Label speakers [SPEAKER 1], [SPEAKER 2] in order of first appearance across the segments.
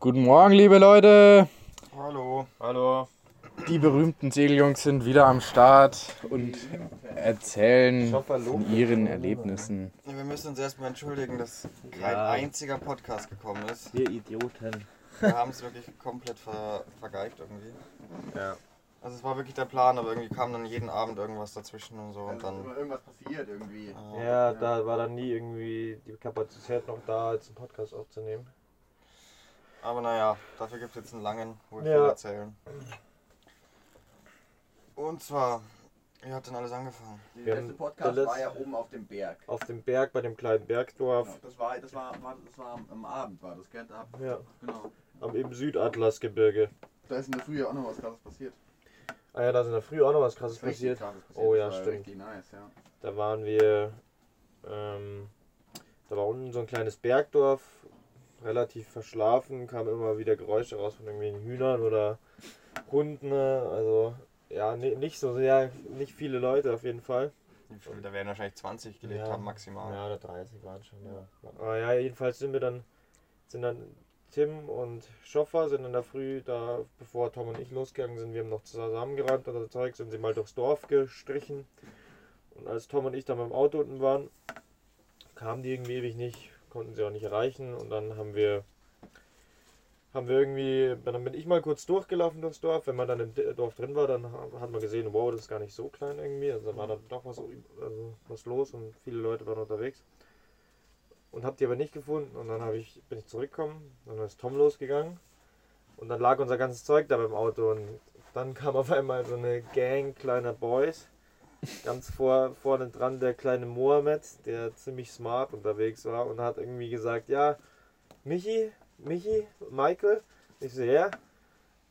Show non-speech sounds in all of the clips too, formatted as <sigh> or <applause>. [SPEAKER 1] Guten Morgen, liebe Leute.
[SPEAKER 2] Hallo.
[SPEAKER 3] Hallo.
[SPEAKER 1] Die berühmten Segeljungs sind wieder am Start und erzählen von ihren Erlebnissen.
[SPEAKER 2] Wir müssen uns erstmal entschuldigen, dass kein
[SPEAKER 3] Ja.
[SPEAKER 2] einziger Podcast gekommen ist.
[SPEAKER 3] Wir Idioten.
[SPEAKER 2] Wir haben es wirklich komplett ver vergeigt irgendwie.
[SPEAKER 3] Ja.
[SPEAKER 2] Also es war wirklich der Plan, aber irgendwie kam dann jeden Abend irgendwas dazwischen und so und
[SPEAKER 4] dann
[SPEAKER 2] dann.
[SPEAKER 4] ist immer irgendwas passiert irgendwie.
[SPEAKER 3] Ja, da war dann nie irgendwie die Kapazität noch da, jetzt einen Podcast aufzunehmen.
[SPEAKER 2] Aber naja, dafür gibt es jetzt einen langen, wo wir
[SPEAKER 3] Ja.
[SPEAKER 2] viel erzählen. Und zwar, ihr habt denn alles angefangen.
[SPEAKER 4] Der
[SPEAKER 3] Wir
[SPEAKER 4] letzte
[SPEAKER 3] haben-
[SPEAKER 4] Podcast
[SPEAKER 3] der
[SPEAKER 4] war
[SPEAKER 3] letz-
[SPEAKER 4] ja oben auf dem Berg.
[SPEAKER 3] Auf dem Berg bei dem kleinen
[SPEAKER 4] Genau,
[SPEAKER 3] Bergdorf,
[SPEAKER 4] das war, das war, war, das war am, am Abend war das, gell? Da,
[SPEAKER 3] ja,
[SPEAKER 4] genau.
[SPEAKER 3] am im Südatlasgebirge.
[SPEAKER 4] Da ist in der Früh ja auch noch was krasses passiert.
[SPEAKER 3] Ah ja, da ist in der Früh auch noch was krasses
[SPEAKER 4] Richtig
[SPEAKER 3] passiert.
[SPEAKER 4] Krasses passiert.
[SPEAKER 3] Oh
[SPEAKER 4] Das
[SPEAKER 3] ja,
[SPEAKER 4] war
[SPEAKER 3] stimmt.
[SPEAKER 4] Richtig nice, ja.
[SPEAKER 3] Da waren wir, ähm, da war unten so ein kleines Bergdorf, relativ verschlafen, kamen immer wieder Geräusche raus von irgendwelchen Hühnern oder Hunden. Also ja, ni- nicht so sehr, nicht viele Leute auf jeden Fall.
[SPEAKER 2] Da werden wahrscheinlich 20 gelebt haben maximal.
[SPEAKER 3] Ja, oder 30 waren schon, ja. Aber ja, jedenfalls sind wir dann, sind dann Tim und Schoffer sind in der Früh da, bevor Tom und ich losgegangen sind, wir haben noch zusammengeräumt und so Zeug, sind sie mal durchs Dorf gestrichen. Und als Tom und ich dann beim Auto unten waren, kamen die irgendwie ewig nicht, konnten sie auch nicht erreichen und dann haben wir haben wir irgendwie, dann bin ich mal kurz durchgelaufen durchs Dorf. Wenn man dann im D- äh, Dorf drin war, dann ha- hat man gesehen, wow, das ist gar nicht so klein irgendwie. Also da war dann doch was, also was los und viele Leute waren unterwegs. Und hab die aber nicht gefunden und dann hab ich, bin ich zurückgekommen, dann ist Tom losgegangen und dann lag unser ganzes Zeug da beim Auto und dann <laughs> kam auf einmal so eine Gang kleiner Boys. Ganz vor, vorne dran der kleine Mohammed, der ziemlich smart unterwegs war und hat irgendwie gesagt, ja, Michi, Michi, Michael, ich so, ja.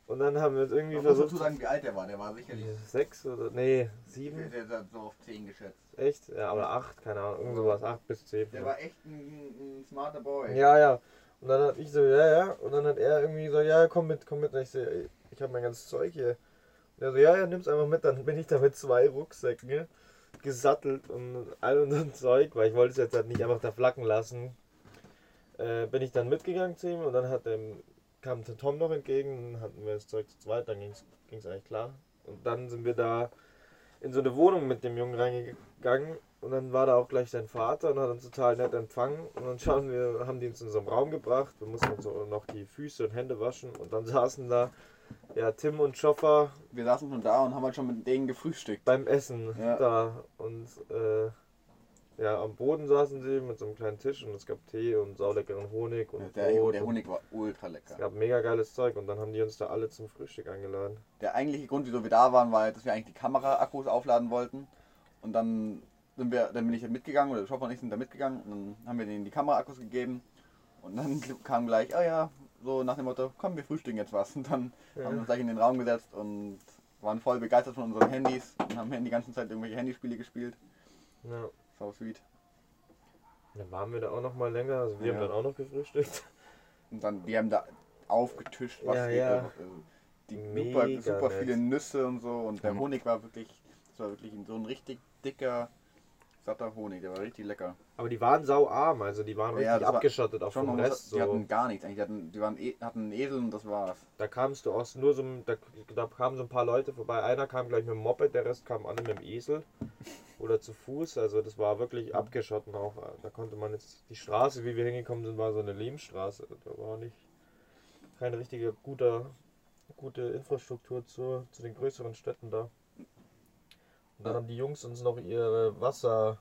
[SPEAKER 3] Und dann haben wir es irgendwie
[SPEAKER 4] Man muss
[SPEAKER 3] versucht. Mhm.
[SPEAKER 4] dazu sagen, wie alt der war. Der war sicherlich
[SPEAKER 3] Sechs oder. Nee,
[SPEAKER 4] der,
[SPEAKER 3] sieben?
[SPEAKER 4] der hat so auf 10 geschätzt.
[SPEAKER 3] Echt? Ja, oder acht, keine Ahnung, irgend sowas, acht bis zehn.
[SPEAKER 4] Der war echt ein, ein smarter Boy.
[SPEAKER 3] Ja, ja. Und dann hab ich so, ja, ja. Und dann hat er irgendwie gesagt, ja, komm mit, komm mit. Und ich so, ey, ich habe mein ganzes Zeug hier. Und er so, ja, ja, nimm's einfach mit. Dann bin ich da mit zwei Rucksäcken gell, gesattelt und all unser Zeug, weil ich wollte es jetzt halt nicht einfach da flacken lassen. Äh, bin ich dann mitgegangen zu ihm und dann hat ähm, kam der Tom noch entgegen, dann hatten wir das Zeug zu zweit, dann ging's, ging's eigentlich klar. Und dann sind wir da in so eine Wohnung mit dem Jungen reingegangen und dann war da auch gleich sein Vater und hat uns total nett empfangen und dann schauen wir, haben die uns in unserem Raum gebracht, wir mussten uns auch noch die Füße und Hände waschen und dann <laughs> saßen da ja Tim und Schoffer
[SPEAKER 4] Wir saßen schon da und haben halt schon mit denen gefrühstückt.
[SPEAKER 3] beim Essen
[SPEAKER 4] Ja.
[SPEAKER 3] da und äh, ja am Boden saßen sie mit so einem kleinen Tisch und es gab Tee und sauleckeren Honig und
[SPEAKER 4] Der,
[SPEAKER 3] Brot
[SPEAKER 4] der
[SPEAKER 3] und
[SPEAKER 4] Honig war ultra lecker.
[SPEAKER 3] es gab mega geiles Zeug und dann haben die uns da alle zum Frühstück eingeladen.
[SPEAKER 4] Der eigentliche Grund, wieso wir da waren, war, dass wir eigentlich die Kamera-Akkus aufladen wollten. Und dann sind wir, dann bin ich halt mitgegangen, oder Schopper und ich sind da mitgegangen und dann haben wir denen die Kamera-Akkus gegeben. Und dann <laughs> kam gleich, ah ja, so nach dem Motto, komm, wir frühstücken jetzt was. <laughs> Und dann haben wir uns gleich in den Raum gesetzt und waren voll begeistert von unseren Handys und haben die ganze Zeit irgendwelche Handyspiele gespielt.
[SPEAKER 3] Ja. Und
[SPEAKER 4] So sweet.
[SPEAKER 3] Dann waren wir da auch noch mal länger, also wir
[SPEAKER 4] Ja.
[SPEAKER 3] haben dann auch noch gefrühstückt. <laughs>
[SPEAKER 4] Und dann, die haben da aufgetischt, was
[SPEAKER 3] Ja,
[SPEAKER 4] geht.
[SPEAKER 3] ja.
[SPEAKER 4] Also, die super,
[SPEAKER 3] Mega
[SPEAKER 4] super
[SPEAKER 3] nett.
[SPEAKER 4] viele Nüsse und so. Und der
[SPEAKER 1] Ja.
[SPEAKER 4] Honig war wirklich, das war wirklich so ein richtig dicker, satter Honig. Der war richtig lecker.
[SPEAKER 3] Aber die waren sau arm, also die waren
[SPEAKER 4] Ja,
[SPEAKER 3] richtig
[SPEAKER 4] das war-
[SPEAKER 3] abgeschottet auch
[SPEAKER 4] Schon
[SPEAKER 3] vom
[SPEAKER 4] man muss-
[SPEAKER 3] Rest.
[SPEAKER 4] Die
[SPEAKER 3] so.
[SPEAKER 4] hatten gar nichts eigentlich. Die hatten, die waren, eh- hatten einen Esel und das war's.
[SPEAKER 3] Da kamst du aus nur so einem- da, da kamen so ein paar Leute vorbei. Einer kam gleich mit dem Moped, der Rest kam alle mit dem Esel oder zu Fuß. Also das war wirklich abgeschotten auch. Da konnte man jetzt die Straße, wie wir hingekommen sind, war so eine Lehmstraße. Da war nicht kein richtiger guter gute Infrastruktur zu, zu den größeren Städten da. Und dann haben die Jungs uns noch ihre Wasser,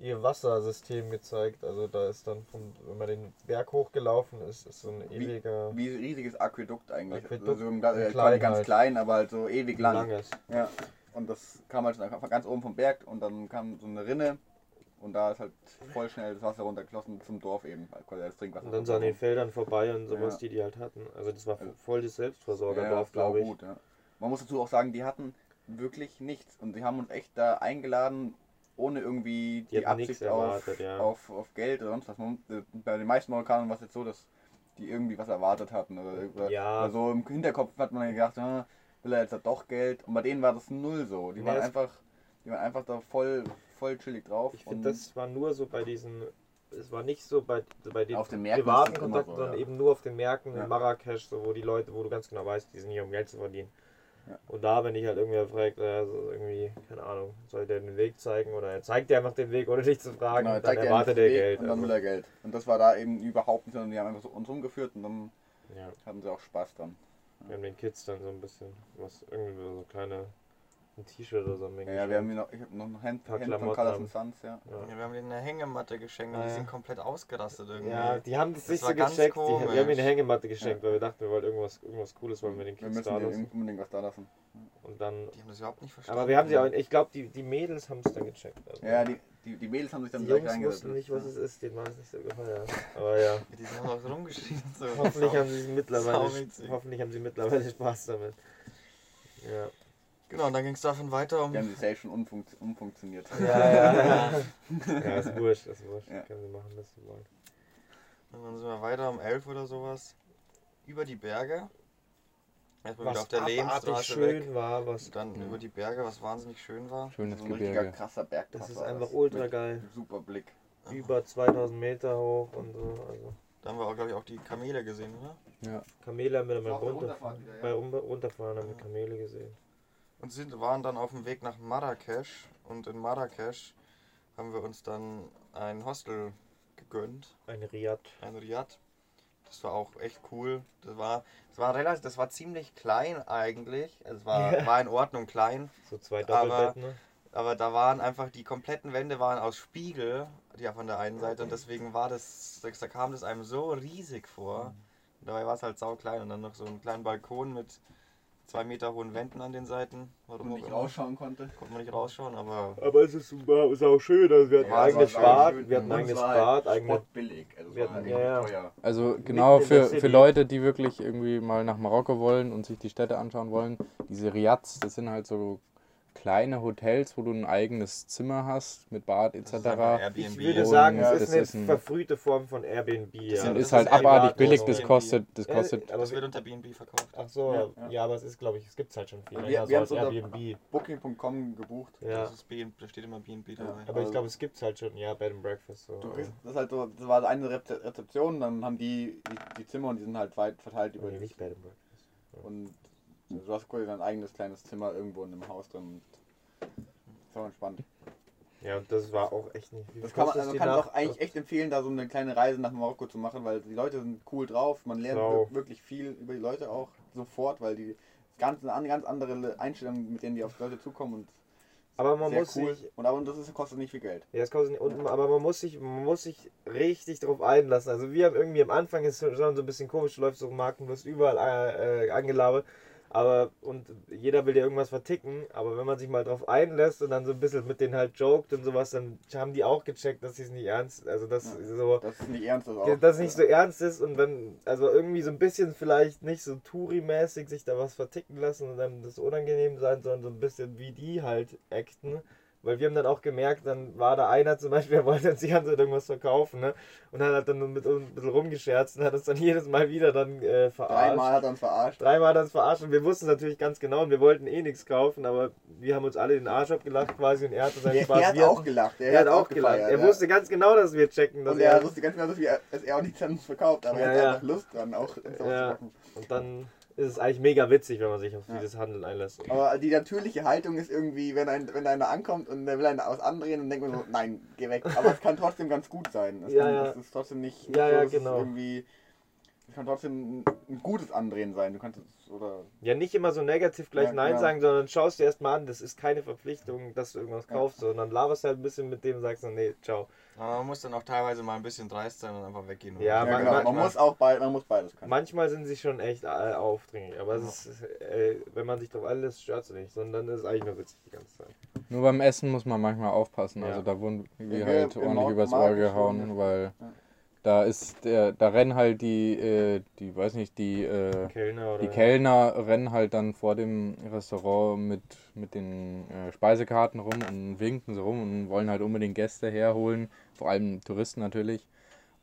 [SPEAKER 3] ihr Wassersystem gezeigt. Also da ist dann, vom, wenn man den Berg hochgelaufen ist, ist so ein
[SPEAKER 4] Wie-
[SPEAKER 3] ewiger
[SPEAKER 4] Wie ein riesiges Aquädukt eigentlich.
[SPEAKER 3] Aquädukt,
[SPEAKER 4] also, so ein, äh,
[SPEAKER 3] klein
[SPEAKER 4] ganz
[SPEAKER 3] halt.
[SPEAKER 4] klein, aber halt so ewig lang.
[SPEAKER 3] langes.
[SPEAKER 4] Ja. Und das kam halt schon von ganz oben vom Berg und dann kam so eine Rinne. Und da ist halt voll schnell das Wasser runtergeflossen zum Dorf eben, weil quasi das Trinkwasser.
[SPEAKER 3] Und dann so an den Feldern vorbei und
[SPEAKER 4] Ja.
[SPEAKER 3] sowas, die die halt hatten. Also das war
[SPEAKER 4] Also-
[SPEAKER 3] voll das Selbstversorgerdorf,
[SPEAKER 4] das war
[SPEAKER 3] glaube ich.
[SPEAKER 4] gut, ja. Man muss dazu auch sagen, die hatten wirklich nichts und die haben uns echt da eingeladen, ohne irgendwie die,
[SPEAKER 3] hatten nichts
[SPEAKER 4] Absicht auf,
[SPEAKER 3] erwartet, ja.
[SPEAKER 4] auf, auf Geld oder sonst was. Man, äh, bei den meisten Marokkanern war es jetzt so, dass die irgendwie was erwartet hatten oder, oder,
[SPEAKER 3] Äh, Ja.
[SPEAKER 4] oder so im Hinterkopf hat man dann gedacht, ah, will er jetzt doch Geld und bei denen war das null so. Die
[SPEAKER 3] Nee,
[SPEAKER 4] waren
[SPEAKER 3] es-
[SPEAKER 4] einfach, die waren einfach da voll, voll chillig drauf.
[SPEAKER 3] Ich
[SPEAKER 4] und
[SPEAKER 3] finde, das war nur so bei diesen es war nicht so bei, bei den
[SPEAKER 4] Auf den Märkten
[SPEAKER 3] privaten
[SPEAKER 4] ist das immer
[SPEAKER 3] Kontakten,
[SPEAKER 4] so,
[SPEAKER 3] sondern
[SPEAKER 4] ja.
[SPEAKER 3] eben nur auf den Märkten
[SPEAKER 4] Ja.
[SPEAKER 3] in Marrakesch, so, wo die Leute, wo du ganz genau weißt, die sind hier, um Geld zu verdienen.
[SPEAKER 4] Ja.
[SPEAKER 3] Und da, wenn ich halt irgendwer fragt, äh, so irgendwie, keine Ahnung, soll der den Weg zeigen oder er zeigt dir einfach den Weg, ohne dich zu fragen,
[SPEAKER 4] Genau,
[SPEAKER 3] dann
[SPEAKER 4] zeigt er
[SPEAKER 3] erwartet
[SPEAKER 4] den
[SPEAKER 3] er
[SPEAKER 4] Weg
[SPEAKER 3] Geld.
[SPEAKER 4] Und dann will
[SPEAKER 3] Also,
[SPEAKER 4] er Geld. Und das war da eben überhaupt nicht, sondern die haben einfach so uns rumgeführt und dann
[SPEAKER 3] ja.
[SPEAKER 4] hatten sie auch Spaß dran.
[SPEAKER 3] Wir haben den Kids dann so ein bisschen, was irgendwie so kleine, ein T-Shirt oder so.
[SPEAKER 4] Ja, ja wir haben hier noch, ich habe noch ein Hemd,
[SPEAKER 3] Paar
[SPEAKER 4] Hemd von
[SPEAKER 3] Klamotten
[SPEAKER 4] Colors
[SPEAKER 3] haben.
[SPEAKER 4] and Sons, ja.
[SPEAKER 3] Ja.
[SPEAKER 2] Ja, wir haben denen eine Hängematte geschenkt und
[SPEAKER 3] Ah,
[SPEAKER 2] die
[SPEAKER 3] ja.
[SPEAKER 2] sind komplett ausgerastet irgendwie.
[SPEAKER 3] Ja, die haben das
[SPEAKER 2] Das
[SPEAKER 3] nicht
[SPEAKER 2] war
[SPEAKER 3] so
[SPEAKER 2] ganz
[SPEAKER 3] gecheckt. Die, wir haben ihnen
[SPEAKER 2] komisch.
[SPEAKER 3] eine Hängematte geschenkt, weil wir dachten, wir wollen irgendwas, irgendwas Cooles wollen wir den
[SPEAKER 4] Wir
[SPEAKER 3] Kids
[SPEAKER 4] müssen
[SPEAKER 3] da
[SPEAKER 4] denen
[SPEAKER 3] lassen.
[SPEAKER 4] unbedingt was da lassen.
[SPEAKER 3] Und dann.
[SPEAKER 2] Die haben das überhaupt nicht verstanden.
[SPEAKER 3] Aber wir haben sie auch. Ich glaube, die, die Mädels haben es dann gecheckt. Also
[SPEAKER 4] Ja, die, die, die Mädels haben sich dann
[SPEAKER 3] die
[SPEAKER 4] gleich
[SPEAKER 3] Jungs
[SPEAKER 4] reingesetzt.
[SPEAKER 3] wussten nicht, was
[SPEAKER 4] Ja.
[SPEAKER 3] es ist. Denen war es nicht so gefallen. Aber
[SPEAKER 2] <laughs>
[SPEAKER 3] ja.
[SPEAKER 2] Die haben auch so rumgeschrien. und So.
[SPEAKER 3] Hoffentlich haben sie mittlerweile,
[SPEAKER 2] sauwitzig.
[SPEAKER 3] hoffentlich haben sie mittlerweile <laughs> Spaß damit. Ja.
[SPEAKER 2] Genau, und dann ging es davon weiter um.
[SPEAKER 4] Die haben die Safe schon umfunkt, umfunktioniert.
[SPEAKER 3] Ja, ja, ja. ja,
[SPEAKER 4] <laughs>
[SPEAKER 3] ist wurscht, ist wurscht.
[SPEAKER 4] Ja.
[SPEAKER 3] Können sie machen, was sie wollen.
[SPEAKER 2] Und dann sind wir weiter um 11 oder sowas. Über die Berge. Erstmal wieder auf der
[SPEAKER 3] abartig
[SPEAKER 2] Lehmstraße weg.
[SPEAKER 3] schön war, was.
[SPEAKER 2] Und dann über die Berge, was wahnsinnig schön war.
[SPEAKER 1] Schönes
[SPEAKER 4] So ein richtiger
[SPEAKER 1] Gebirge.
[SPEAKER 4] krasser Bergpass
[SPEAKER 3] Das ist
[SPEAKER 4] war
[SPEAKER 3] einfach
[SPEAKER 4] das.
[SPEAKER 3] ultra
[SPEAKER 4] Mit
[SPEAKER 3] geil.
[SPEAKER 4] Super Blick.
[SPEAKER 3] Über 2000 Meter hoch und so. Also.
[SPEAKER 2] Da haben wir auch, glaube ich, auch die Kamele gesehen, oder?
[SPEAKER 1] Ja.
[SPEAKER 3] Kamele haben wir dann
[SPEAKER 4] Das war auf der
[SPEAKER 3] beim Runterfahren,
[SPEAKER 4] Runterfahrt wieder, ja.
[SPEAKER 3] bei Rum- Runterfahren haben wir Kamele gesehen.
[SPEAKER 2] Und sind, waren dann auf dem Weg nach Marrakesch. Und in Marrakesch haben wir uns dann ein Hostel gegönnt,
[SPEAKER 3] Ein Riad.
[SPEAKER 2] ein Riad. Das war auch echt cool. Das war, das war relativ, das war ziemlich klein eigentlich. Also Es war, war in Ordnung klein.
[SPEAKER 3] So zwei
[SPEAKER 2] Aber-
[SPEAKER 3] Doppelbetten. ne?
[SPEAKER 2] Aber da waren einfach die kompletten Wände waren aus Spiegel, ja von der einen Seite und deswegen war das, da kam das einem so riesig vor. Und dabei war es halt sauklein und dann noch so einen kleinen Balkon mit zwei Meter hohen Wänden an den Seiten. Warum
[SPEAKER 4] Und
[SPEAKER 2] auch
[SPEAKER 4] ich
[SPEAKER 2] immer.
[SPEAKER 4] rausschauen konnte.
[SPEAKER 2] Konnte man nicht rausschauen, aber
[SPEAKER 3] Aber es ist, war, ist auch schön, also wir hatten
[SPEAKER 4] Ja,
[SPEAKER 3] ein eigenes
[SPEAKER 4] es war schon
[SPEAKER 3] Bad,
[SPEAKER 4] schön.
[SPEAKER 3] wir hatten
[SPEAKER 4] Und
[SPEAKER 3] ein
[SPEAKER 4] es
[SPEAKER 3] eigenes
[SPEAKER 4] war halt
[SPEAKER 3] Bad, eigene.
[SPEAKER 4] Sportbillig. Also es
[SPEAKER 3] Wir
[SPEAKER 4] war halt
[SPEAKER 3] hatten-
[SPEAKER 4] nicht
[SPEAKER 3] ja, ja.
[SPEAKER 4] teuer.
[SPEAKER 1] Also genau
[SPEAKER 3] in der
[SPEAKER 1] für,
[SPEAKER 3] City.
[SPEAKER 1] für Leute, die wirklich irgendwie mal nach Marokko wollen und sich die Städte anschauen wollen, diese Riads, das sind halt so kleine Hotels, wo du ein eigenes Zimmer hast mit Bad
[SPEAKER 2] das ist einfach
[SPEAKER 1] etc.
[SPEAKER 2] Airbnb.
[SPEAKER 3] Ich würde
[SPEAKER 1] Und
[SPEAKER 3] sagen, es
[SPEAKER 1] ja,
[SPEAKER 3] ist
[SPEAKER 1] das
[SPEAKER 3] eine
[SPEAKER 1] ist ein-
[SPEAKER 3] verfrühte Form von Airbnb. ja.
[SPEAKER 2] sind-
[SPEAKER 3] Das
[SPEAKER 2] das
[SPEAKER 1] ist halt
[SPEAKER 2] ist
[SPEAKER 1] abartig
[SPEAKER 2] privat
[SPEAKER 1] billig,
[SPEAKER 2] oder
[SPEAKER 1] das
[SPEAKER 2] so.
[SPEAKER 1] kostet, das
[SPEAKER 3] Ja,
[SPEAKER 1] kostet
[SPEAKER 3] Äh, aber
[SPEAKER 2] das wird
[SPEAKER 3] wir,
[SPEAKER 2] unter BNB verkauft.
[SPEAKER 3] ach so,
[SPEAKER 4] Ja,
[SPEAKER 3] ja,
[SPEAKER 4] ja.
[SPEAKER 3] aber es ist, glaube ich, es gibt es halt schon viel.
[SPEAKER 4] Wir-
[SPEAKER 3] länger,
[SPEAKER 4] wir
[SPEAKER 3] so
[SPEAKER 4] haben's
[SPEAKER 3] als
[SPEAKER 4] unter-
[SPEAKER 3] Airbnb.
[SPEAKER 4] Booking.com gebucht.
[SPEAKER 3] Ja,
[SPEAKER 2] Das ist B, da steht immer BNB
[SPEAKER 4] Ja.
[SPEAKER 2] dabei.
[SPEAKER 3] aber ich
[SPEAKER 4] also-
[SPEAKER 3] glaube, es gibt es halt schon. Ja, Bed and Breakfast. So.
[SPEAKER 4] Du kriegst, das ist halt so, das war so eine Rezep- Rezeption, dann haben die, die die Zimmer und die sind halt weit verteilt über
[SPEAKER 3] Oder
[SPEAKER 4] die.
[SPEAKER 3] nicht Bed and Breakfast.
[SPEAKER 4] Und du hast quasi dein eigenes kleines Zimmer irgendwo in einem Haus drin. Das war entspannt.
[SPEAKER 3] Ja, und das war auch echt nicht. Wie
[SPEAKER 4] Das
[SPEAKER 3] viel
[SPEAKER 4] kann man,
[SPEAKER 3] kostet
[SPEAKER 4] also
[SPEAKER 3] die
[SPEAKER 4] kann ich
[SPEAKER 3] Nacht?
[SPEAKER 4] auch eigentlich echt empfehlen, da so eine kleine Reise nach Marokko zu machen, weil die Leute sind cool drauf. Man lernt
[SPEAKER 3] Sau.
[SPEAKER 4] wir- wirklich viel über die Leute auch sofort, weil die ganz, eine ganz andere Einstellung, mit denen die auf die Leute zukommen und
[SPEAKER 3] Aber man
[SPEAKER 4] sehr
[SPEAKER 3] muss
[SPEAKER 4] cool.
[SPEAKER 3] sich
[SPEAKER 4] und aber das ist, kostet nicht viel Geld.
[SPEAKER 3] Ja, es kostet nicht unten, aber man muss sich, man muss sich richtig drauf einlassen. Also wir haben irgendwie am Anfang ist schon so ein bisschen komisch, du läufst durch den Markt und wirst überall äh, äh, angelabert. Aber und jeder will dir irgendwas verticken, aber wenn man sich mal drauf einlässt und dann so ein bisschen mit denen halt joked und sowas, dann haben die auch gecheckt, dass sie es nicht ernst, also dass so
[SPEAKER 4] Das ist nicht ernst, das auch.
[SPEAKER 3] dass das nicht so ernst ist und wenn, also irgendwie so ein bisschen vielleicht nicht so Touri-mäßig sich da was verticken lassen und dann das unangenehm sein, sondern so ein bisschen wie die halt acten. Weil wir haben dann auch gemerkt, dann war da einer zum Beispiel, der wollte uns die ganze Zeit irgendwas verkaufen, ne? Und hat halt dann mit uns ein bisschen rumgescherzt und hat uns dann <laughs> jedes Mal wieder dann äh,
[SPEAKER 4] <laughs>
[SPEAKER 3] verarscht.
[SPEAKER 4] Dreimal hat er uns verarscht.
[SPEAKER 3] Dreimal hat er uns verarscht und wir wussten es natürlich ganz genau und wir wollten eh nichts kaufen, aber wir haben uns alle den Arsch abgelacht quasi und er hatte seinen
[SPEAKER 4] Er,
[SPEAKER 3] Spaß.
[SPEAKER 4] er hat
[SPEAKER 3] wir
[SPEAKER 4] auch
[SPEAKER 3] hatten-
[SPEAKER 4] gelacht.
[SPEAKER 3] er hat auch gelacht.
[SPEAKER 4] gefeiert,
[SPEAKER 3] er
[SPEAKER 4] ja.
[SPEAKER 3] wusste ganz genau, dass wir checken, dass
[SPEAKER 4] und er wusste ganz genau, dass wir- dass er auch nichts an uns verkauft, aber er
[SPEAKER 3] Ja,
[SPEAKER 4] hat
[SPEAKER 3] ja.
[SPEAKER 4] einfach Lust dran, auch ins Haus zu
[SPEAKER 3] Ja,
[SPEAKER 4] packen.
[SPEAKER 3] und dann ist es eigentlich mega witzig, wenn man sich auf
[SPEAKER 4] Ja.
[SPEAKER 3] dieses Handeln einlässt.
[SPEAKER 4] Aber die natürliche Haltung ist irgendwie, wenn, ein, wenn einer ankommt und der will einen aus andrehen und denkt man so, nein, geh weg. Aber es kann trotzdem ganz gut sein. Es,
[SPEAKER 3] Ja,
[SPEAKER 4] kann,
[SPEAKER 3] ja.
[SPEAKER 4] es ist trotzdem nicht, nicht
[SPEAKER 3] Ja, ja,
[SPEAKER 4] dass es
[SPEAKER 3] genau.
[SPEAKER 4] irgendwie. Es kann trotzdem ein, ein gutes Andrehen sein. Du kannst es, oder.
[SPEAKER 3] Ja, nicht immer so negativ gleich
[SPEAKER 4] Ja,
[SPEAKER 3] Nein
[SPEAKER 4] genau.
[SPEAKER 3] sagen, sondern schaust dir erstmal an, das ist keine Verpflichtung, dass du irgendwas
[SPEAKER 4] Ja.
[SPEAKER 3] kaufst, sondern laberst halt ein bisschen mit dem, sagst dann, nee, ciao.
[SPEAKER 2] Aber man muss dann auch teilweise mal ein bisschen dreist sein und einfach weggehen.
[SPEAKER 4] Ja,
[SPEAKER 3] Ja, man-
[SPEAKER 4] genau. man,
[SPEAKER 3] manchmal-
[SPEAKER 4] muss auch beid, man muss beides können.
[SPEAKER 3] Manchmal sind sie schon echt äh, aufdringlich, aber es ist, äh, wenn man sich drauf einlässt, stört sie nicht, sondern es ist eigentlich nur witzig die ganze Zeit.
[SPEAKER 1] Nur beim Essen muss man manchmal aufpassen. Also
[SPEAKER 3] Ja.
[SPEAKER 1] da wurden wir
[SPEAKER 4] Ja, wir
[SPEAKER 1] halt
[SPEAKER 4] im
[SPEAKER 1] ordentlich
[SPEAKER 4] Markt-
[SPEAKER 1] übers Ohr
[SPEAKER 4] Markt
[SPEAKER 1] gehauen,
[SPEAKER 4] schon.
[SPEAKER 1] weil
[SPEAKER 4] Ja.
[SPEAKER 1] da ist der, da rennen halt die, äh, die, weiß nicht, die, äh,
[SPEAKER 3] Kellner oder.
[SPEAKER 1] die Kellner rennen halt dann vor dem Restaurant mit, mit den äh, Speisekarten rum und winken so rum und wollen halt unbedingt Gäste herholen, vor allem Touristen natürlich.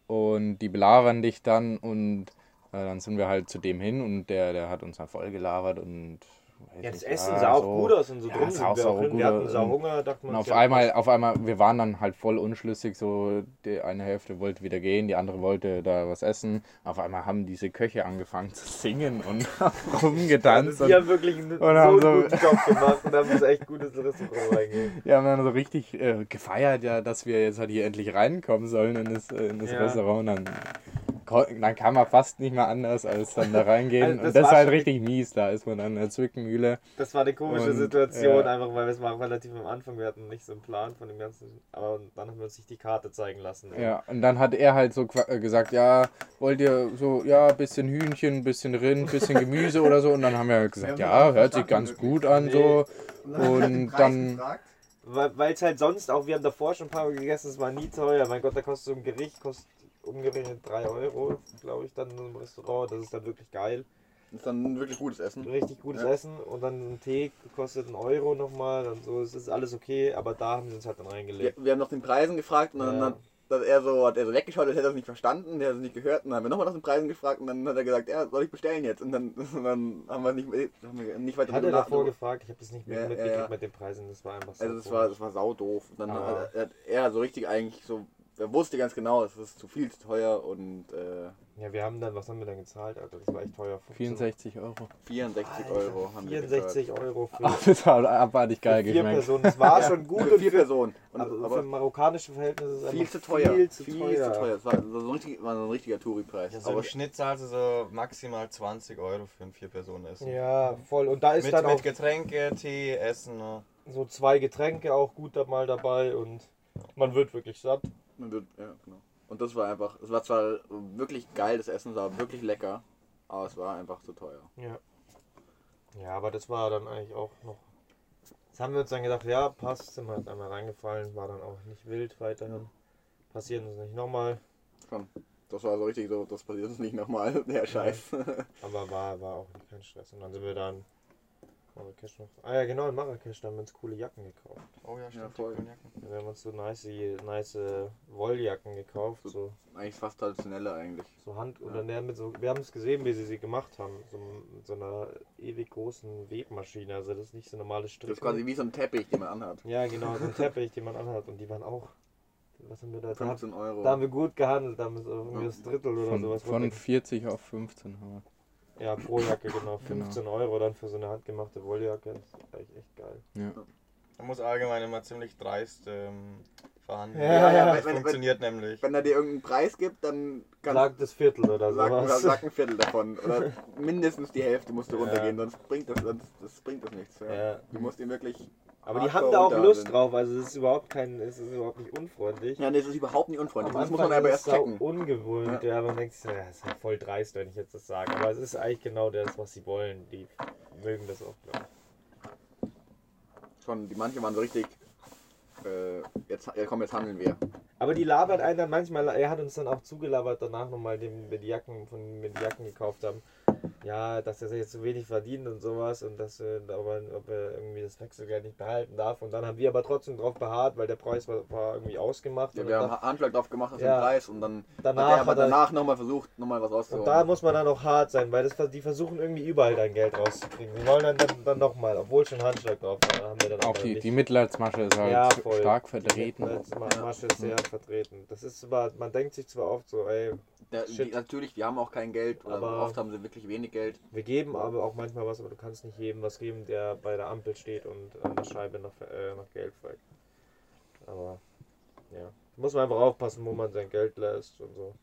[SPEAKER 1] Und die belabern dich dann und äh, dann sind wir halt zu dem hin und der, der hat uns dann voll gelabert und weiß
[SPEAKER 3] Ja, das
[SPEAKER 1] nicht,
[SPEAKER 3] Essen
[SPEAKER 1] ja,
[SPEAKER 3] sah auch
[SPEAKER 1] so.
[SPEAKER 3] gut aus und so
[SPEAKER 1] Ja,
[SPEAKER 3] drum
[SPEAKER 1] sah
[SPEAKER 3] sind
[SPEAKER 1] auch
[SPEAKER 3] wir
[SPEAKER 1] sau
[SPEAKER 3] auch hin.
[SPEAKER 1] gut
[SPEAKER 3] Wir hatten
[SPEAKER 1] aus.
[SPEAKER 3] sau Hunger, dachten
[SPEAKER 1] Und
[SPEAKER 3] wir
[SPEAKER 1] auf
[SPEAKER 3] uns, ja, <laughs>
[SPEAKER 1] einmal, auf einmal, wir waren dann halt voll unschlüssig, so die eine Hälfte wollte wieder gehen, die andere wollte da was essen. Auf einmal haben diese Köche angefangen zu singen und <laughs> rumgetanzt.
[SPEAKER 3] Ja,
[SPEAKER 1] Und
[SPEAKER 3] die haben wirklich einen so
[SPEAKER 1] haben
[SPEAKER 3] einen
[SPEAKER 1] so-
[SPEAKER 3] guten Job gemacht und haben uns echt gutes Restaurant reingegeben.
[SPEAKER 1] wir haben dann so richtig äh, gefeiert, ja, dass wir jetzt halt hier endlich reinkommen sollen in das, äh, in das
[SPEAKER 3] Ja.
[SPEAKER 1] Restaurant. Und dann, ko- dann kann man fast nicht mehr anders, als dann da reingehen.
[SPEAKER 3] Also das
[SPEAKER 1] und das ist
[SPEAKER 3] war
[SPEAKER 1] halt
[SPEAKER 3] schon-
[SPEAKER 1] richtig mies, da ist man dann in der Zwickmühle.
[SPEAKER 3] Das war eine komische
[SPEAKER 1] Und,
[SPEAKER 3] Situation,
[SPEAKER 1] ja.
[SPEAKER 3] einfach weil wir es mal relativ am Anfang, wir hatten nicht so einen Plan von dem Ganzen, aber dann haben wir uns nicht die Karte zeigen lassen.
[SPEAKER 1] Ja, und dann hat er halt so qua- äh, gesagt, ja, wollt ihr so, ja, bisschen Hühnchen, bisschen Rind, bisschen Gemüse oder so. Und dann haben wir halt gesagt,
[SPEAKER 4] Wir
[SPEAKER 1] ja,
[SPEAKER 4] haben
[SPEAKER 1] hört sich
[SPEAKER 4] verstanden,
[SPEAKER 1] ganz
[SPEAKER 4] wirklich.
[SPEAKER 1] gut an
[SPEAKER 3] Nee.
[SPEAKER 1] so.
[SPEAKER 4] hat den
[SPEAKER 1] Und
[SPEAKER 4] Preis
[SPEAKER 1] dann-
[SPEAKER 4] gefragt.
[SPEAKER 3] Weil es halt sonst auch, wir haben davor schon ein paar Mal gegessen, es war nie teuer. Mein Gott, da kostet so ein Gericht, kostet umgerechnet 3 Euro, glaube ich, dann in so einem Restaurant. Das ist dann wirklich geil.
[SPEAKER 4] Das ist dann wirklich gutes Essen.
[SPEAKER 3] Richtig gutes
[SPEAKER 4] Ja.
[SPEAKER 3] Essen und dann ein Tee kostet einen Euro nochmal und so. Es ist alles okay, aber da haben sie uns halt dann
[SPEAKER 4] Wir,
[SPEAKER 3] reingelegt.
[SPEAKER 4] wir haben nach den Preisen gefragt und dann
[SPEAKER 3] Ja.
[SPEAKER 4] hat, hat er so, hat er so weggeschaut, als hätte er das nicht verstanden, der hat es nicht gehört. Und dann haben wir nochmal nach den Preisen gefragt und dann hat er gesagt, ja, soll ich bestellen jetzt? Und dann, <laughs> und dann haben wir nicht, haben wir nicht weiter
[SPEAKER 3] Hat er
[SPEAKER 4] drüber
[SPEAKER 3] davor
[SPEAKER 4] nachgedacht.
[SPEAKER 3] gefragt? Ich habe das nicht mit,
[SPEAKER 4] Ja, ja,
[SPEAKER 3] mitgekriegt
[SPEAKER 4] ja.
[SPEAKER 3] mit den Preisen. Das war einfach so.
[SPEAKER 4] Also das war,
[SPEAKER 3] komisch.
[SPEAKER 4] das war sau doof. Und dann
[SPEAKER 3] Ah.
[SPEAKER 4] hat, er- hat er so richtig eigentlich so, er wusste ganz genau, es ist zu viel, zu teuer und äh,
[SPEAKER 3] ja, wir haben dann, was haben wir dann gezahlt? Alter, das war echt teuer.
[SPEAKER 1] 64 Euro. <laughs>
[SPEAKER 4] 64
[SPEAKER 3] Alter,
[SPEAKER 4] Euro haben wir gezahlt.
[SPEAKER 3] 64 Euro für,
[SPEAKER 1] Ach, das hat abartig
[SPEAKER 3] für
[SPEAKER 1] geil
[SPEAKER 3] vier
[SPEAKER 1] geschmeckt.
[SPEAKER 3] Personen. Das war schon gut
[SPEAKER 4] Für
[SPEAKER 3] und
[SPEAKER 4] vier
[SPEAKER 3] für,
[SPEAKER 4] Personen. Und,
[SPEAKER 3] aber, für
[SPEAKER 4] aber
[SPEAKER 3] marokkanische Verhältnisse Also, ist es
[SPEAKER 4] viel
[SPEAKER 3] einfach
[SPEAKER 4] zu teuer.
[SPEAKER 3] Viel zu teuer.
[SPEAKER 4] Es war so ein, richtig, war so ein richtiger Touri-Preis.
[SPEAKER 2] Ja, so
[SPEAKER 4] aber
[SPEAKER 2] Im Schnitt zahlst du so maximal 20 Euro für ein Vier-Personen-Essen.
[SPEAKER 3] Ja, voll. Und da ist
[SPEAKER 2] Mit,
[SPEAKER 3] dann auch
[SPEAKER 2] mit Getränke, Tee, Essen. ne?
[SPEAKER 3] so zwei Getränke auch gut da mal dabei und man wird wirklich satt.
[SPEAKER 4] man wird, ja, genau. Und das war einfach, es war zwar wirklich geil, das Essen war wirklich lecker, aber es war einfach zu teuer.
[SPEAKER 3] Ja. Ja, aber das war dann eigentlich auch noch. Das haben wir uns dann gedacht, ja, passt, sind wir halt einmal reingefallen, war dann auch nicht wild weiterhin. Passiert uns nicht nochmal,
[SPEAKER 4] Schon. Das war so richtig so, das passiert uns nicht nochmal, <laughs> der Scheiß.
[SPEAKER 3] aber war, war auch kein Stress. Und dann sind wir dann Marrakesch noch. Ah ja, genau, in Marrakesch, da haben wir uns coole Jacken gekauft.
[SPEAKER 2] Oh ja, stimmt.
[SPEAKER 4] voll.
[SPEAKER 2] die Kognacen.
[SPEAKER 3] Wir haben uns so nice, nice äh, Wolljacken gekauft, so
[SPEAKER 4] Eigentlich fast traditionelle eigentlich.
[SPEAKER 3] So Hand oder ja. mit so, wir haben es gesehen, wie sie sie gemacht haben, so mit so einer ewig großen Webmaschine, also das ist nicht so normale
[SPEAKER 4] Das
[SPEAKER 3] Stricken.
[SPEAKER 4] ist quasi wie so ein Teppich, den man anhat.
[SPEAKER 3] ja, genau, so ein Teppich, den man anhat und die waren auch, was haben wir da, da, hab-
[SPEAKER 4] 15 Euro.
[SPEAKER 3] da haben wir gut gehandelt, da haben wir so irgendwie das Drittel oder
[SPEAKER 1] Von,
[SPEAKER 3] sowas.
[SPEAKER 1] von
[SPEAKER 3] runter-
[SPEAKER 1] 40 auf 15 haben wir.
[SPEAKER 3] ja, pro Jacke,
[SPEAKER 1] <laughs>
[SPEAKER 3] genau, 15 Euro dann für so eine handgemachte Wolljacke, das ist eigentlich echt geil.
[SPEAKER 2] Man muss allgemein immer ziemlich dreist ähm, verhandeln.
[SPEAKER 3] Ja, ja,
[SPEAKER 2] das
[SPEAKER 4] wenn- wenn-
[SPEAKER 2] funktioniert nämlich.
[SPEAKER 4] Wenn er dir irgendeinen Preis gibt, dann kannst
[SPEAKER 3] Sag das Viertel oder
[SPEAKER 4] du sag,
[SPEAKER 3] sowas.
[SPEAKER 4] sag ein Viertel davon.
[SPEAKER 3] <laughs>
[SPEAKER 4] Oder mindestens die Hälfte musst du
[SPEAKER 3] Ja.
[SPEAKER 4] runtergehen, sonst bringt das, sonst, das bringt das nichts. Ja.
[SPEAKER 3] Ja.
[SPEAKER 4] Du musst ihn wirklich.
[SPEAKER 3] Aber die haben
[SPEAKER 4] hardcore
[SPEAKER 3] da auch Lust
[SPEAKER 4] runterhandeln.
[SPEAKER 3] drauf, also es ist überhaupt kein, es ist überhaupt nicht unfreundlich.
[SPEAKER 4] Ja, nee, das ist überhaupt nicht unfreundlich.
[SPEAKER 3] Am
[SPEAKER 4] Das muss
[SPEAKER 3] Anfang
[SPEAKER 4] man aber
[SPEAKER 3] ist
[SPEAKER 4] erst
[SPEAKER 3] es sau
[SPEAKER 4] checken.
[SPEAKER 3] Ungewohnt, ja. man denkt sich, so, ja, ist ja voll dreist, wenn ich jetzt das sage. Aber es ist eigentlich genau das, was sie wollen. Die mögen das auch, glaube ich.
[SPEAKER 4] Schon, die manche waren so richtig. Äh, jetzt, ja, komm, jetzt handeln wir.
[SPEAKER 3] Aber die labert einen dann manchmal, er hat uns dann auch zugelabert danach nochmal, dem wir die Jacken, von dem wir die Jacken gekauft haben. Ja, dass er jetzt zu wenig verdient und sowas und dass er, ob er, ob er irgendwie das Wechselgeld nicht behalten darf. Und dann haben wir aber trotzdem drauf beharrt, weil der Preis war, war irgendwie ausgemacht.
[SPEAKER 4] Ja,
[SPEAKER 3] und
[SPEAKER 4] wir
[SPEAKER 3] dann-
[SPEAKER 4] haben Handschlag drauf gemacht auf
[SPEAKER 3] Ja.
[SPEAKER 4] den Preis und dann
[SPEAKER 3] Danach
[SPEAKER 4] hat er aber
[SPEAKER 3] hat er-
[SPEAKER 4] danach nochmal versucht, nochmal was
[SPEAKER 3] Und da
[SPEAKER 4] rauszuholen.
[SPEAKER 3] muss man dann auch hart sein, weil das, ver- die versuchen irgendwie überall dein Geld rauszukriegen. Die wollen dann, dann, dann nochmal, obwohl schon Handschlag drauf war, haben wir dann
[SPEAKER 1] Auch
[SPEAKER 3] aber
[SPEAKER 1] die,
[SPEAKER 3] nicht.
[SPEAKER 1] die Mitleidsmasche ist halt
[SPEAKER 3] Ja, voll.
[SPEAKER 1] stark
[SPEAKER 3] Die
[SPEAKER 1] vertreten.
[SPEAKER 3] Mitleid- Ma- Masche ist sehr vertreten. Das ist zwar, man denkt sich zwar oft so, ey,
[SPEAKER 4] Der, die,
[SPEAKER 3] Shit.
[SPEAKER 4] natürlich, die haben auch kein Geld oder
[SPEAKER 3] Aber-
[SPEAKER 4] oft haben sie wirklich wenig Geld.
[SPEAKER 3] wir geben aber auch manchmal was, aber du kannst nicht jedem was geben, der bei der Ampel steht und an der Scheibe nach, äh, nach Geld fragt. Aber ja, muss man einfach aufpassen, wo man sein Geld lässt und so.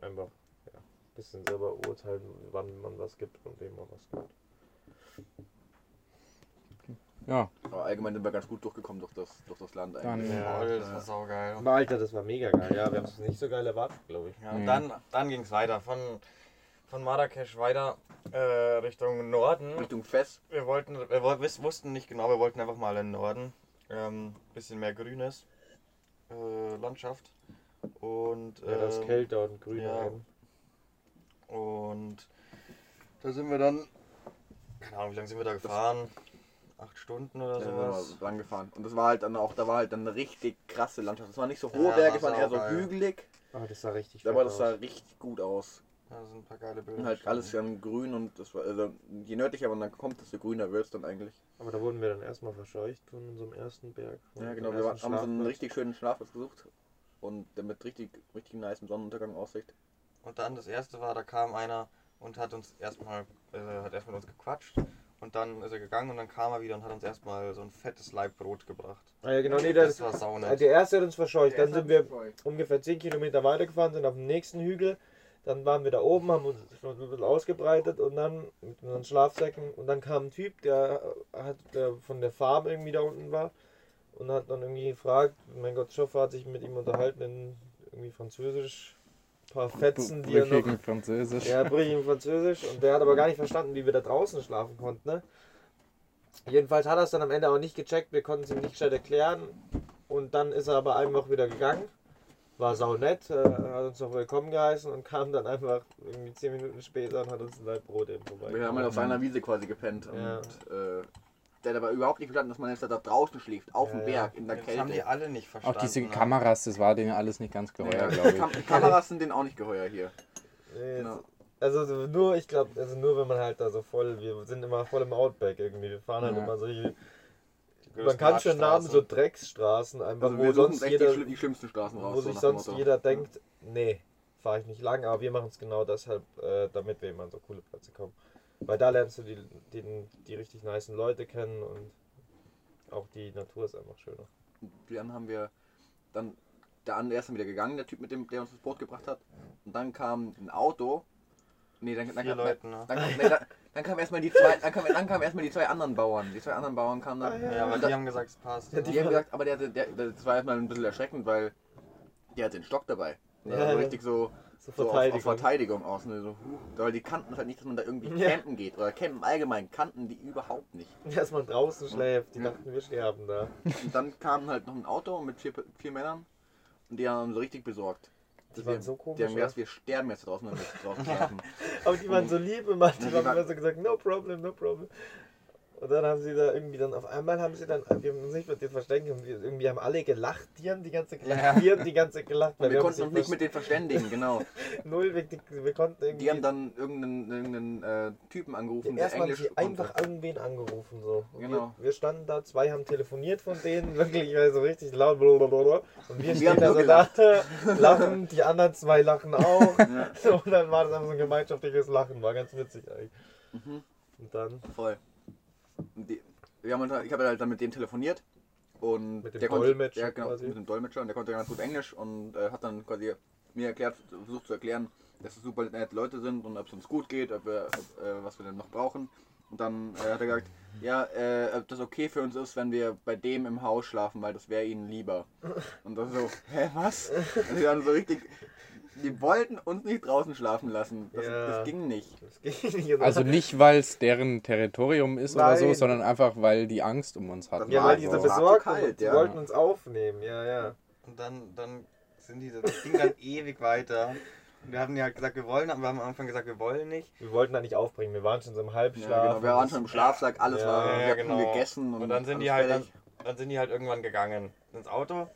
[SPEAKER 3] Einfach, ja, ein bisschen selber urteilen, wann man was gibt und wem man was gibt.
[SPEAKER 1] Ja,
[SPEAKER 4] Aber allgemein sind wir ganz gut durchgekommen durch das, durch das Land eigentlich.
[SPEAKER 1] dann
[SPEAKER 3] Ja.
[SPEAKER 2] Voll, das war saugeil.
[SPEAKER 3] Aber Alter, das war mega geil. Ja, wir haben es nicht so geil erwartet, glaube ich.
[SPEAKER 2] Ja, und
[SPEAKER 1] Mhm.
[SPEAKER 2] dann, dann ging es weiter. Von, von Marrakesch weiter äh, Richtung Norden.
[SPEAKER 4] Richtung Fest.
[SPEAKER 2] Wir, wollten, wir woll- wiss- wussten nicht genau, wir wollten einfach mal in den Norden. Ähm, bisschen mehr grünes äh, Landschaft. Und,
[SPEAKER 3] Ja, das ist
[SPEAKER 2] ähm,
[SPEAKER 3] kälter und grüner.
[SPEAKER 2] ja.
[SPEAKER 3] eben.
[SPEAKER 2] Und da sind wir dann, keine Ahnung, wie lange sind wir da gefahren? Acht Stunden oder
[SPEAKER 4] Da sind wir
[SPEAKER 2] sowas.
[SPEAKER 4] mal rangefahren. also Und das war halt dann auch, da war halt dann eine richtig krasse Landschaft. Es waren nicht so hohe
[SPEAKER 2] Ja,
[SPEAKER 4] Berge, es
[SPEAKER 2] war
[SPEAKER 4] waren eher so
[SPEAKER 2] saugeil.
[SPEAKER 4] hügelig,
[SPEAKER 3] Ah, das sah richtig fett
[SPEAKER 4] aber das
[SPEAKER 3] aus.
[SPEAKER 4] sah richtig gut aus.
[SPEAKER 2] Ja, das sind ein paar geile Bilder.
[SPEAKER 4] Und genau. halt alles
[SPEAKER 2] entstanden.
[SPEAKER 4] dann grün und das war, also je nördlicher man dann kommt, desto grüner wird es dann eigentlich.
[SPEAKER 3] Aber da wurden wir dann erstmal verscheucht von unserem ersten Berg. von
[SPEAKER 4] Ja,
[SPEAKER 3] unserem
[SPEAKER 4] genau, wir
[SPEAKER 3] ersten
[SPEAKER 4] waren, haben so einen
[SPEAKER 3] Schlafplatz.
[SPEAKER 4] richtig schönen Schlafplatz gesucht und der mit richtig, richtig nice Sonnenuntergang Aussicht.
[SPEAKER 2] Und dann das erste war, da kam einer und hat uns erstmal, äh, hat erst mit uns gequatscht. Und dann ist er gegangen und dann kam er wieder und hat uns erstmal so ein fettes Laib Brot gebracht.
[SPEAKER 3] Ah, ja, genau, nee, das,
[SPEAKER 2] das war saunett.
[SPEAKER 3] der halt erste hat uns verscheucht. Dann
[SPEAKER 4] erste
[SPEAKER 3] sind
[SPEAKER 4] hat
[SPEAKER 3] wir
[SPEAKER 4] uns verscheucht.
[SPEAKER 3] ungefähr 10 Kilometer weitergefahren, sind auf dem nächsten Hügel. Dann waren wir da oben, haben uns schon ein bisschen ausgebreitet und dann mit unseren Schlafsäcken. Und dann kam ein Typ, der hat der von der Farm irgendwie da unten war und hat dann irgendwie gefragt. Mein Gott, Schoffer hat sich mit ihm unterhalten in irgendwie Französisch. Ein paar Fetzen, die er noch
[SPEAKER 1] Brüchigen Französisch.
[SPEAKER 3] Ja, Brüchen Französisch. Und der hat aber gar nicht verstanden, wie wir da draußen schlafen konnten. Ne? Jedenfalls hat er es dann am Ende auch nicht gecheckt. Wir konnten es ihm nicht gescheit erklären. Und dann ist er aber einfach wieder gegangen. War sau nett, äh, hat uns noch willkommen geheißen und kam dann einfach irgendwie 10 Minuten später und hat uns ein Leib Brot eben vorbei.
[SPEAKER 4] Wir haben halt auf seiner Wiese quasi gepennt
[SPEAKER 3] Ja.
[SPEAKER 4] und äh, der hat aber überhaupt nicht verstanden, dass man jetzt da draußen schläft, auf dem
[SPEAKER 3] Ja, ja.
[SPEAKER 4] Berg, in der
[SPEAKER 2] Das haben die
[SPEAKER 4] Kälte.
[SPEAKER 2] alle nicht
[SPEAKER 1] Auch
[SPEAKER 2] verstanden.
[SPEAKER 1] diese
[SPEAKER 2] ne?
[SPEAKER 1] Kameras, das war denen alles nicht ganz geheuer, glaube ich.
[SPEAKER 4] Kam Kameras sind denen auch nicht geheuer hier.
[SPEAKER 3] Nee,
[SPEAKER 4] Genau.
[SPEAKER 3] jetzt- Also so nur, ich glaube, also nur wenn man halt da so voll, wir sind immer voll im Outback irgendwie. Wir fahren halt
[SPEAKER 1] Ja.
[SPEAKER 3] immer solche,
[SPEAKER 2] Die
[SPEAKER 3] man
[SPEAKER 2] größten
[SPEAKER 3] kann schon Namen so
[SPEAKER 2] Radstraßen.
[SPEAKER 3] Drecksstraßen einfach,
[SPEAKER 4] Also
[SPEAKER 3] wo
[SPEAKER 4] wir suchen
[SPEAKER 3] sonst
[SPEAKER 4] echt die,
[SPEAKER 3] jeder,
[SPEAKER 4] schli- die schlimmsten Straßen raus.
[SPEAKER 3] wo
[SPEAKER 4] so
[SPEAKER 3] sich
[SPEAKER 4] nach dem
[SPEAKER 3] sonst
[SPEAKER 4] Motto.
[SPEAKER 3] jeder denkt, nee, fahre ich nicht lang, aber wir machen es genau deshalb, äh, damit wir immer an so coole Plätze kommen. Weil da lernst du die, die, die richtig nicen Leute kennen und auch die Natur ist einfach schöner.
[SPEAKER 4] Dann haben wir dann der andere erst dann wieder gegangen, der Typ, mit dem der uns das Boot gebracht hat. Und dann kam ein Auto. Nee, dann, dann,
[SPEAKER 2] Vier
[SPEAKER 4] kam,
[SPEAKER 2] Leuten, ne?
[SPEAKER 4] dann, kam, nee, dann, dann kamen erstmal die zwei, dann kamen, dann kamen erstmal die zwei anderen Bauern. Die zwei anderen Bauern kamen dann.
[SPEAKER 2] Ja, aber
[SPEAKER 4] und dann-
[SPEAKER 2] die haben gesagt, es passt.
[SPEAKER 4] die, haben gesagt, aber der, der, der, das war erstmal ein bisschen erschreckend, weil der hat den Stock dabei. Ja,
[SPEAKER 3] Ja,
[SPEAKER 4] also
[SPEAKER 3] ja.
[SPEAKER 4] richtig so, so
[SPEAKER 3] So
[SPEAKER 4] auf, auf
[SPEAKER 3] Verteidigung.
[SPEAKER 4] Verteidigung aus. Ne? So, huh. Weil die kannten es halt nicht, dass man da irgendwie
[SPEAKER 3] Ja.
[SPEAKER 4] campen geht. Oder campen allgemein kannten die überhaupt nicht.
[SPEAKER 3] Dass man draußen schläft, die
[SPEAKER 4] Ja.
[SPEAKER 3] dachten, wir sterben da.
[SPEAKER 4] Und dann kam halt noch ein Auto mit vier, vier Männern und die haben uns richtig besorgt.
[SPEAKER 3] Die waren so komisch,
[SPEAKER 4] Die haben
[SPEAKER 3] oder?
[SPEAKER 4] gedacht, wir sterben jetzt draußen, wenn wir jetzt draußen schlafen.
[SPEAKER 3] Aber die waren so lieb immer, die
[SPEAKER 4] Ja, die
[SPEAKER 3] haben
[SPEAKER 4] waren-
[SPEAKER 3] immer so gesagt, no problem, no problem. Und dann haben sie da irgendwie dann auf einmal haben sie dann, wir haben uns nicht mit denen verstecken, und wir- irgendwie haben alle gelacht, die haben die ganze gelacht,
[SPEAKER 2] Ja.
[SPEAKER 3] wir haben die ganze gelacht, weil
[SPEAKER 4] Wir,
[SPEAKER 3] wir,
[SPEAKER 4] konnten uns
[SPEAKER 3] haben
[SPEAKER 4] nicht
[SPEAKER 3] sich
[SPEAKER 4] mit denen verständigen,
[SPEAKER 3] <laughs>
[SPEAKER 4] genau.
[SPEAKER 3] null, wir, wir konnten irgendwie.
[SPEAKER 4] Die haben dann irgendeinen, irgendeinen äh, Typen angerufen, der
[SPEAKER 3] Erstmal haben
[SPEAKER 4] Englisch
[SPEAKER 3] sie
[SPEAKER 4] konnte.
[SPEAKER 3] einfach irgendwen angerufen. So. Und
[SPEAKER 4] Genau.
[SPEAKER 3] Wir, wir standen da, zwei haben telefoniert von denen, <laughs> wirklich also richtig laut. Blablabla. Und wir stehen
[SPEAKER 4] haben
[SPEAKER 3] da
[SPEAKER 4] nur
[SPEAKER 3] so da, <laughs> lachen, die anderen zwei
[SPEAKER 4] <laughs>
[SPEAKER 3] lachen auch. <laughs> Und dann war das einfach so ein gemeinschaftliches Lachen, war ganz witzig eigentlich.
[SPEAKER 4] Mhm.
[SPEAKER 3] Und dann
[SPEAKER 4] Voll. Und Die, wir haben, uns- ich habe halt dann mit dem telefoniert und
[SPEAKER 3] Mit dem
[SPEAKER 4] der konnte,
[SPEAKER 3] Dolmetscher
[SPEAKER 4] ja, genau,
[SPEAKER 3] quasi.
[SPEAKER 4] mit dem Dolmetscher und der konnte ganz gut Englisch und äh, hat dann quasi mir erklärt, versucht zu erklären, dass es super nette Leute sind und ob es uns gut geht, ob wir, ob, äh, was wir denn noch brauchen. Und dann äh, hat er gesagt, ja, äh, ob das okay für uns ist, wenn wir bei dem im Haus schlafen, weil das wäre ihnen lieber. Und dann so, <laughs> hä, was? Und die haben so richtig, die wollten uns nicht draußen schlafen lassen. Das,
[SPEAKER 3] Ja.
[SPEAKER 4] das ging nicht.
[SPEAKER 3] das ging <laughs> nicht. so.
[SPEAKER 1] Also nicht, weil es deren Territorium ist oder so,
[SPEAKER 3] Nein.
[SPEAKER 1] sondern einfach, weil die Angst um uns hatten.
[SPEAKER 4] Das
[SPEAKER 3] ja, weil die
[SPEAKER 4] war so
[SPEAKER 3] so besorgt
[SPEAKER 4] kalt,
[SPEAKER 3] waren, die
[SPEAKER 4] ja.
[SPEAKER 3] wollten uns aufnehmen, ja, ja.
[SPEAKER 2] Und dann, dann sind die, das ging dann ewig weiter. Und wir haben ja halt gesagt, wir wollen, aber wir haben am Anfang gesagt, wir wollen nicht.
[SPEAKER 3] Wir wollten da nicht aufbringen, wir waren schon so im Halbschlaf.
[SPEAKER 4] Ja, genau. Wir waren schon im Schlafsack, alles
[SPEAKER 3] Ja,
[SPEAKER 4] war,
[SPEAKER 3] ja,
[SPEAKER 4] wir hatten gegessen
[SPEAKER 2] genau. und,
[SPEAKER 4] und,
[SPEAKER 2] dann sind die
[SPEAKER 4] alles
[SPEAKER 2] halt, dann,
[SPEAKER 4] fertig.
[SPEAKER 2] dann sind die halt irgendwann gegangen ins Auto.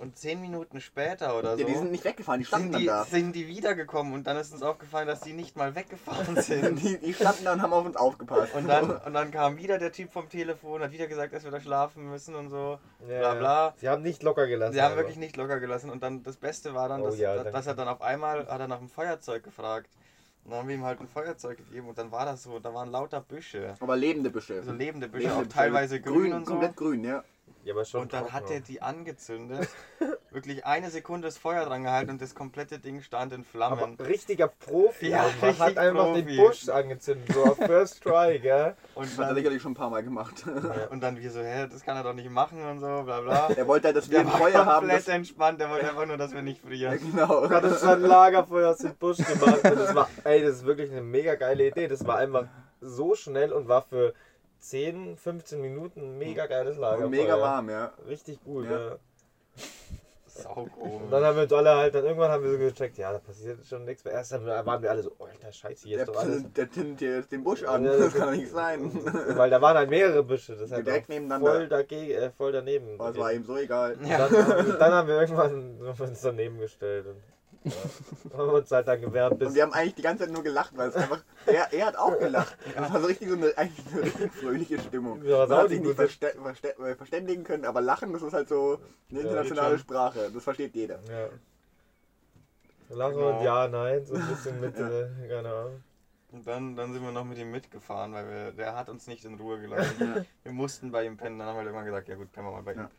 [SPEAKER 2] Und zehn Minuten später oder so
[SPEAKER 4] ja, die sind nicht weggefahren, die standen
[SPEAKER 2] also sind, die,
[SPEAKER 4] dann
[SPEAKER 2] sind die wiedergekommen und dann ist uns aufgefallen, dass die nicht mal weggefahren <laughs>
[SPEAKER 4] da.
[SPEAKER 2] sind.
[SPEAKER 4] Die, die standen da und haben auf uns aufgepasst.
[SPEAKER 2] Und dann, und dann kam wieder der Typ vom Telefon, hat wieder gesagt, dass wir da schlafen müssen und so.
[SPEAKER 3] Ja,
[SPEAKER 2] Bla
[SPEAKER 3] ja.
[SPEAKER 2] bla.
[SPEAKER 3] Sie haben nicht locker gelassen.
[SPEAKER 2] Sie haben
[SPEAKER 3] aber.
[SPEAKER 2] wirklich nicht locker gelassen und dann das Beste war dann,
[SPEAKER 3] Oh
[SPEAKER 2] dass,
[SPEAKER 3] ja,
[SPEAKER 2] dass,
[SPEAKER 3] dann-
[SPEAKER 2] dass er dann auf einmal hat er nach dem Feuerzeug gefragt. Und dann haben wir ihm halt ein Feuerzeug gegeben und dann war das so, da waren lauter Büsche,
[SPEAKER 4] Aber lebende Büsche.
[SPEAKER 2] also lebende Büsche,
[SPEAKER 4] Lebende
[SPEAKER 2] auch
[SPEAKER 4] Büsche,
[SPEAKER 2] teilweise grün, und so.
[SPEAKER 4] Komplett grün, ja.
[SPEAKER 3] Ja, aber schon
[SPEAKER 2] Und dann
[SPEAKER 3] trocken
[SPEAKER 2] hat
[SPEAKER 3] auch.
[SPEAKER 2] er die angezündet, <laughs> wirklich eine Sekunde das Feuer dran gehalten und das komplette Ding stand in Flammen.
[SPEAKER 3] Aber richtiger Profi.
[SPEAKER 2] Ja,
[SPEAKER 3] einfach. hat
[SPEAKER 2] richtig
[SPEAKER 3] einfach den
[SPEAKER 2] Profi.
[SPEAKER 3] Busch angezündet, so auf First Try, gell?
[SPEAKER 2] Und
[SPEAKER 4] Das hat er
[SPEAKER 2] dann,
[SPEAKER 4] sicherlich schon ein paar Mal gemacht. <laughs>
[SPEAKER 2] und dann wir so, hä, das kann er doch nicht machen und so, bla bla.
[SPEAKER 4] Er wollte halt, dass wir
[SPEAKER 2] Der
[SPEAKER 4] ein
[SPEAKER 2] war
[SPEAKER 4] Feuer haben.
[SPEAKER 2] komplett
[SPEAKER 4] Das,
[SPEAKER 2] entspannt, der wollte einfach nur, dass wir nicht frieren.
[SPEAKER 4] <laughs> genau.
[SPEAKER 3] Hat uns dann Lagerfeuer aus dem Busch gemacht. Und das war, ey, das ist wirklich eine mega geile Idee. Das war einfach so schnell und war für 10, 15 Minuten ein mega geiles Lagerfeuer.
[SPEAKER 4] Und Also mega warm, ja.
[SPEAKER 3] Richtig gut,
[SPEAKER 4] Ja.
[SPEAKER 3] ja.
[SPEAKER 2] Sau
[SPEAKER 3] Und
[SPEAKER 2] komisch.
[SPEAKER 3] dann haben wir uns alle halt, dann irgendwann haben wir so gecheckt, ja, da passiert schon nichts mehr. Erst dann waren wir alle so, alter Scheiße, hier
[SPEAKER 4] Der,
[SPEAKER 3] ist doch alles.
[SPEAKER 4] der tinnt hier jetzt den Busch an. <laughs>
[SPEAKER 3] Ja,
[SPEAKER 4] Das
[SPEAKER 3] das-
[SPEAKER 4] kann doch nicht
[SPEAKER 2] <laughs>
[SPEAKER 4] sein.
[SPEAKER 3] <laughs> Weil da waren halt mehrere Büsche, das hat
[SPEAKER 4] Direkt
[SPEAKER 3] auch
[SPEAKER 4] nebeneinander.
[SPEAKER 3] Voll, dagegen, äh, voll daneben.
[SPEAKER 4] Aber es war ihm so egal.
[SPEAKER 3] <laughs> Dann, dann haben wir irgendwann haben wir uns daneben gestellt. Und Haben wir uns halt dann gewehrt
[SPEAKER 4] Und
[SPEAKER 3] bis.
[SPEAKER 4] wir haben eigentlich die ganze Zeit nur gelacht, weil es einfach. Er, er hat auch gelacht. Das war so richtig so eine, eigentlich eine richtig fröhliche Stimmung.
[SPEAKER 3] Ja,
[SPEAKER 4] Man hat sich nicht
[SPEAKER 3] saugut, oder?
[SPEAKER 4] verste verste äh, verständigen können, aber lachen, das ist halt so eine
[SPEAKER 3] geht
[SPEAKER 4] internationale
[SPEAKER 3] schon.
[SPEAKER 4] Sprache. Das versteht jeder.
[SPEAKER 3] Ja. Lachen
[SPEAKER 2] Genau.
[SPEAKER 3] und ja, nein, so ein bisschen mit, äh, keine Ahnung.
[SPEAKER 2] Und dann, dann sind wir noch mit ihm mitgefahren, weil wir, der hat uns nicht in Ruhe gelassen.
[SPEAKER 4] Ja.
[SPEAKER 2] Wir mussten bei ihm pennen, dann haben wir irgendwann gesagt, ja gut, pennen wir mal bei ihm.
[SPEAKER 4] Ja.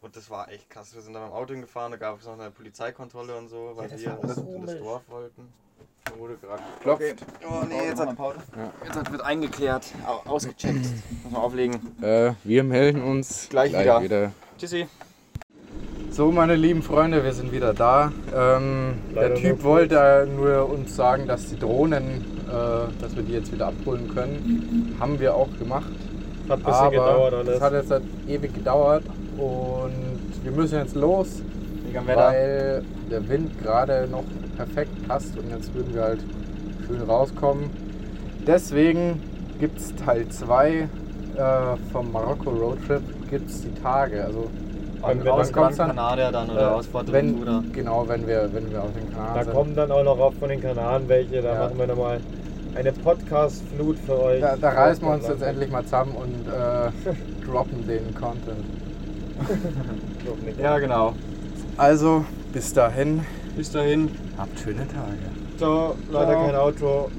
[SPEAKER 2] Und das war echt krass. Wir sind dann mit dem Auto hingefahren, da gab es noch eine Polizeikontrolle und so, weil
[SPEAKER 3] das
[SPEAKER 2] wir
[SPEAKER 3] war auch
[SPEAKER 2] das,
[SPEAKER 3] komisch.
[SPEAKER 2] das Dorf wollten. Da wurde gerade
[SPEAKER 1] Klopft.
[SPEAKER 2] Oh nee, jetzt,
[SPEAKER 4] hat Pause.
[SPEAKER 2] jetzt wird eingeklärt, au- ausgecheckt. Muss man auflegen.
[SPEAKER 1] Äh, wir melden uns
[SPEAKER 2] Gleich wieder. Tschüssi.
[SPEAKER 1] So, meine lieben Freunde, wir sind wieder da. Ähm, der
[SPEAKER 3] Leider
[SPEAKER 1] Typ
[SPEAKER 3] nur
[SPEAKER 1] wollte nur uns sagen, dass die Drohnen, äh, dass wir die jetzt wieder abholen können. Haben wir auch gemacht.
[SPEAKER 3] Hat ein bisschen
[SPEAKER 1] Aber
[SPEAKER 3] gedauert
[SPEAKER 1] es hat
[SPEAKER 3] alles.
[SPEAKER 1] jetzt halt ewig gedauert und wir müssen jetzt los, weil der Wind gerade noch perfekt passt und jetzt würden wir halt schön rauskommen. Deswegen gibt es Teil 2 äh, vom Marokko Roadtrip, gibt es die Tage. Also
[SPEAKER 3] Wann-
[SPEAKER 1] wann-
[SPEAKER 3] wann
[SPEAKER 1] wann kommt's dann?
[SPEAKER 2] Kanadier dann
[SPEAKER 3] Äh,
[SPEAKER 2] oder Ausfahrt
[SPEAKER 1] Wenn,
[SPEAKER 2] oder?
[SPEAKER 1] Genau, wenn wir, wenn wir auf den Kanal
[SPEAKER 3] Da
[SPEAKER 1] sind.
[SPEAKER 3] kommen dann auch noch auf von den Kanaren welche, da
[SPEAKER 1] Ja.
[SPEAKER 3] machen wir nochmal eine Podcast-Flut für euch.
[SPEAKER 1] Da, da reißen wir uns jetzt endlich mal zusammen und
[SPEAKER 3] <laughs>
[SPEAKER 1] äh, droppen den Content.
[SPEAKER 2] Ja, genau.
[SPEAKER 1] Also, bis dahin.
[SPEAKER 2] Bis dahin.
[SPEAKER 1] Habt schöne Tage.
[SPEAKER 3] So, leider
[SPEAKER 2] Ciao.
[SPEAKER 3] kein Auto.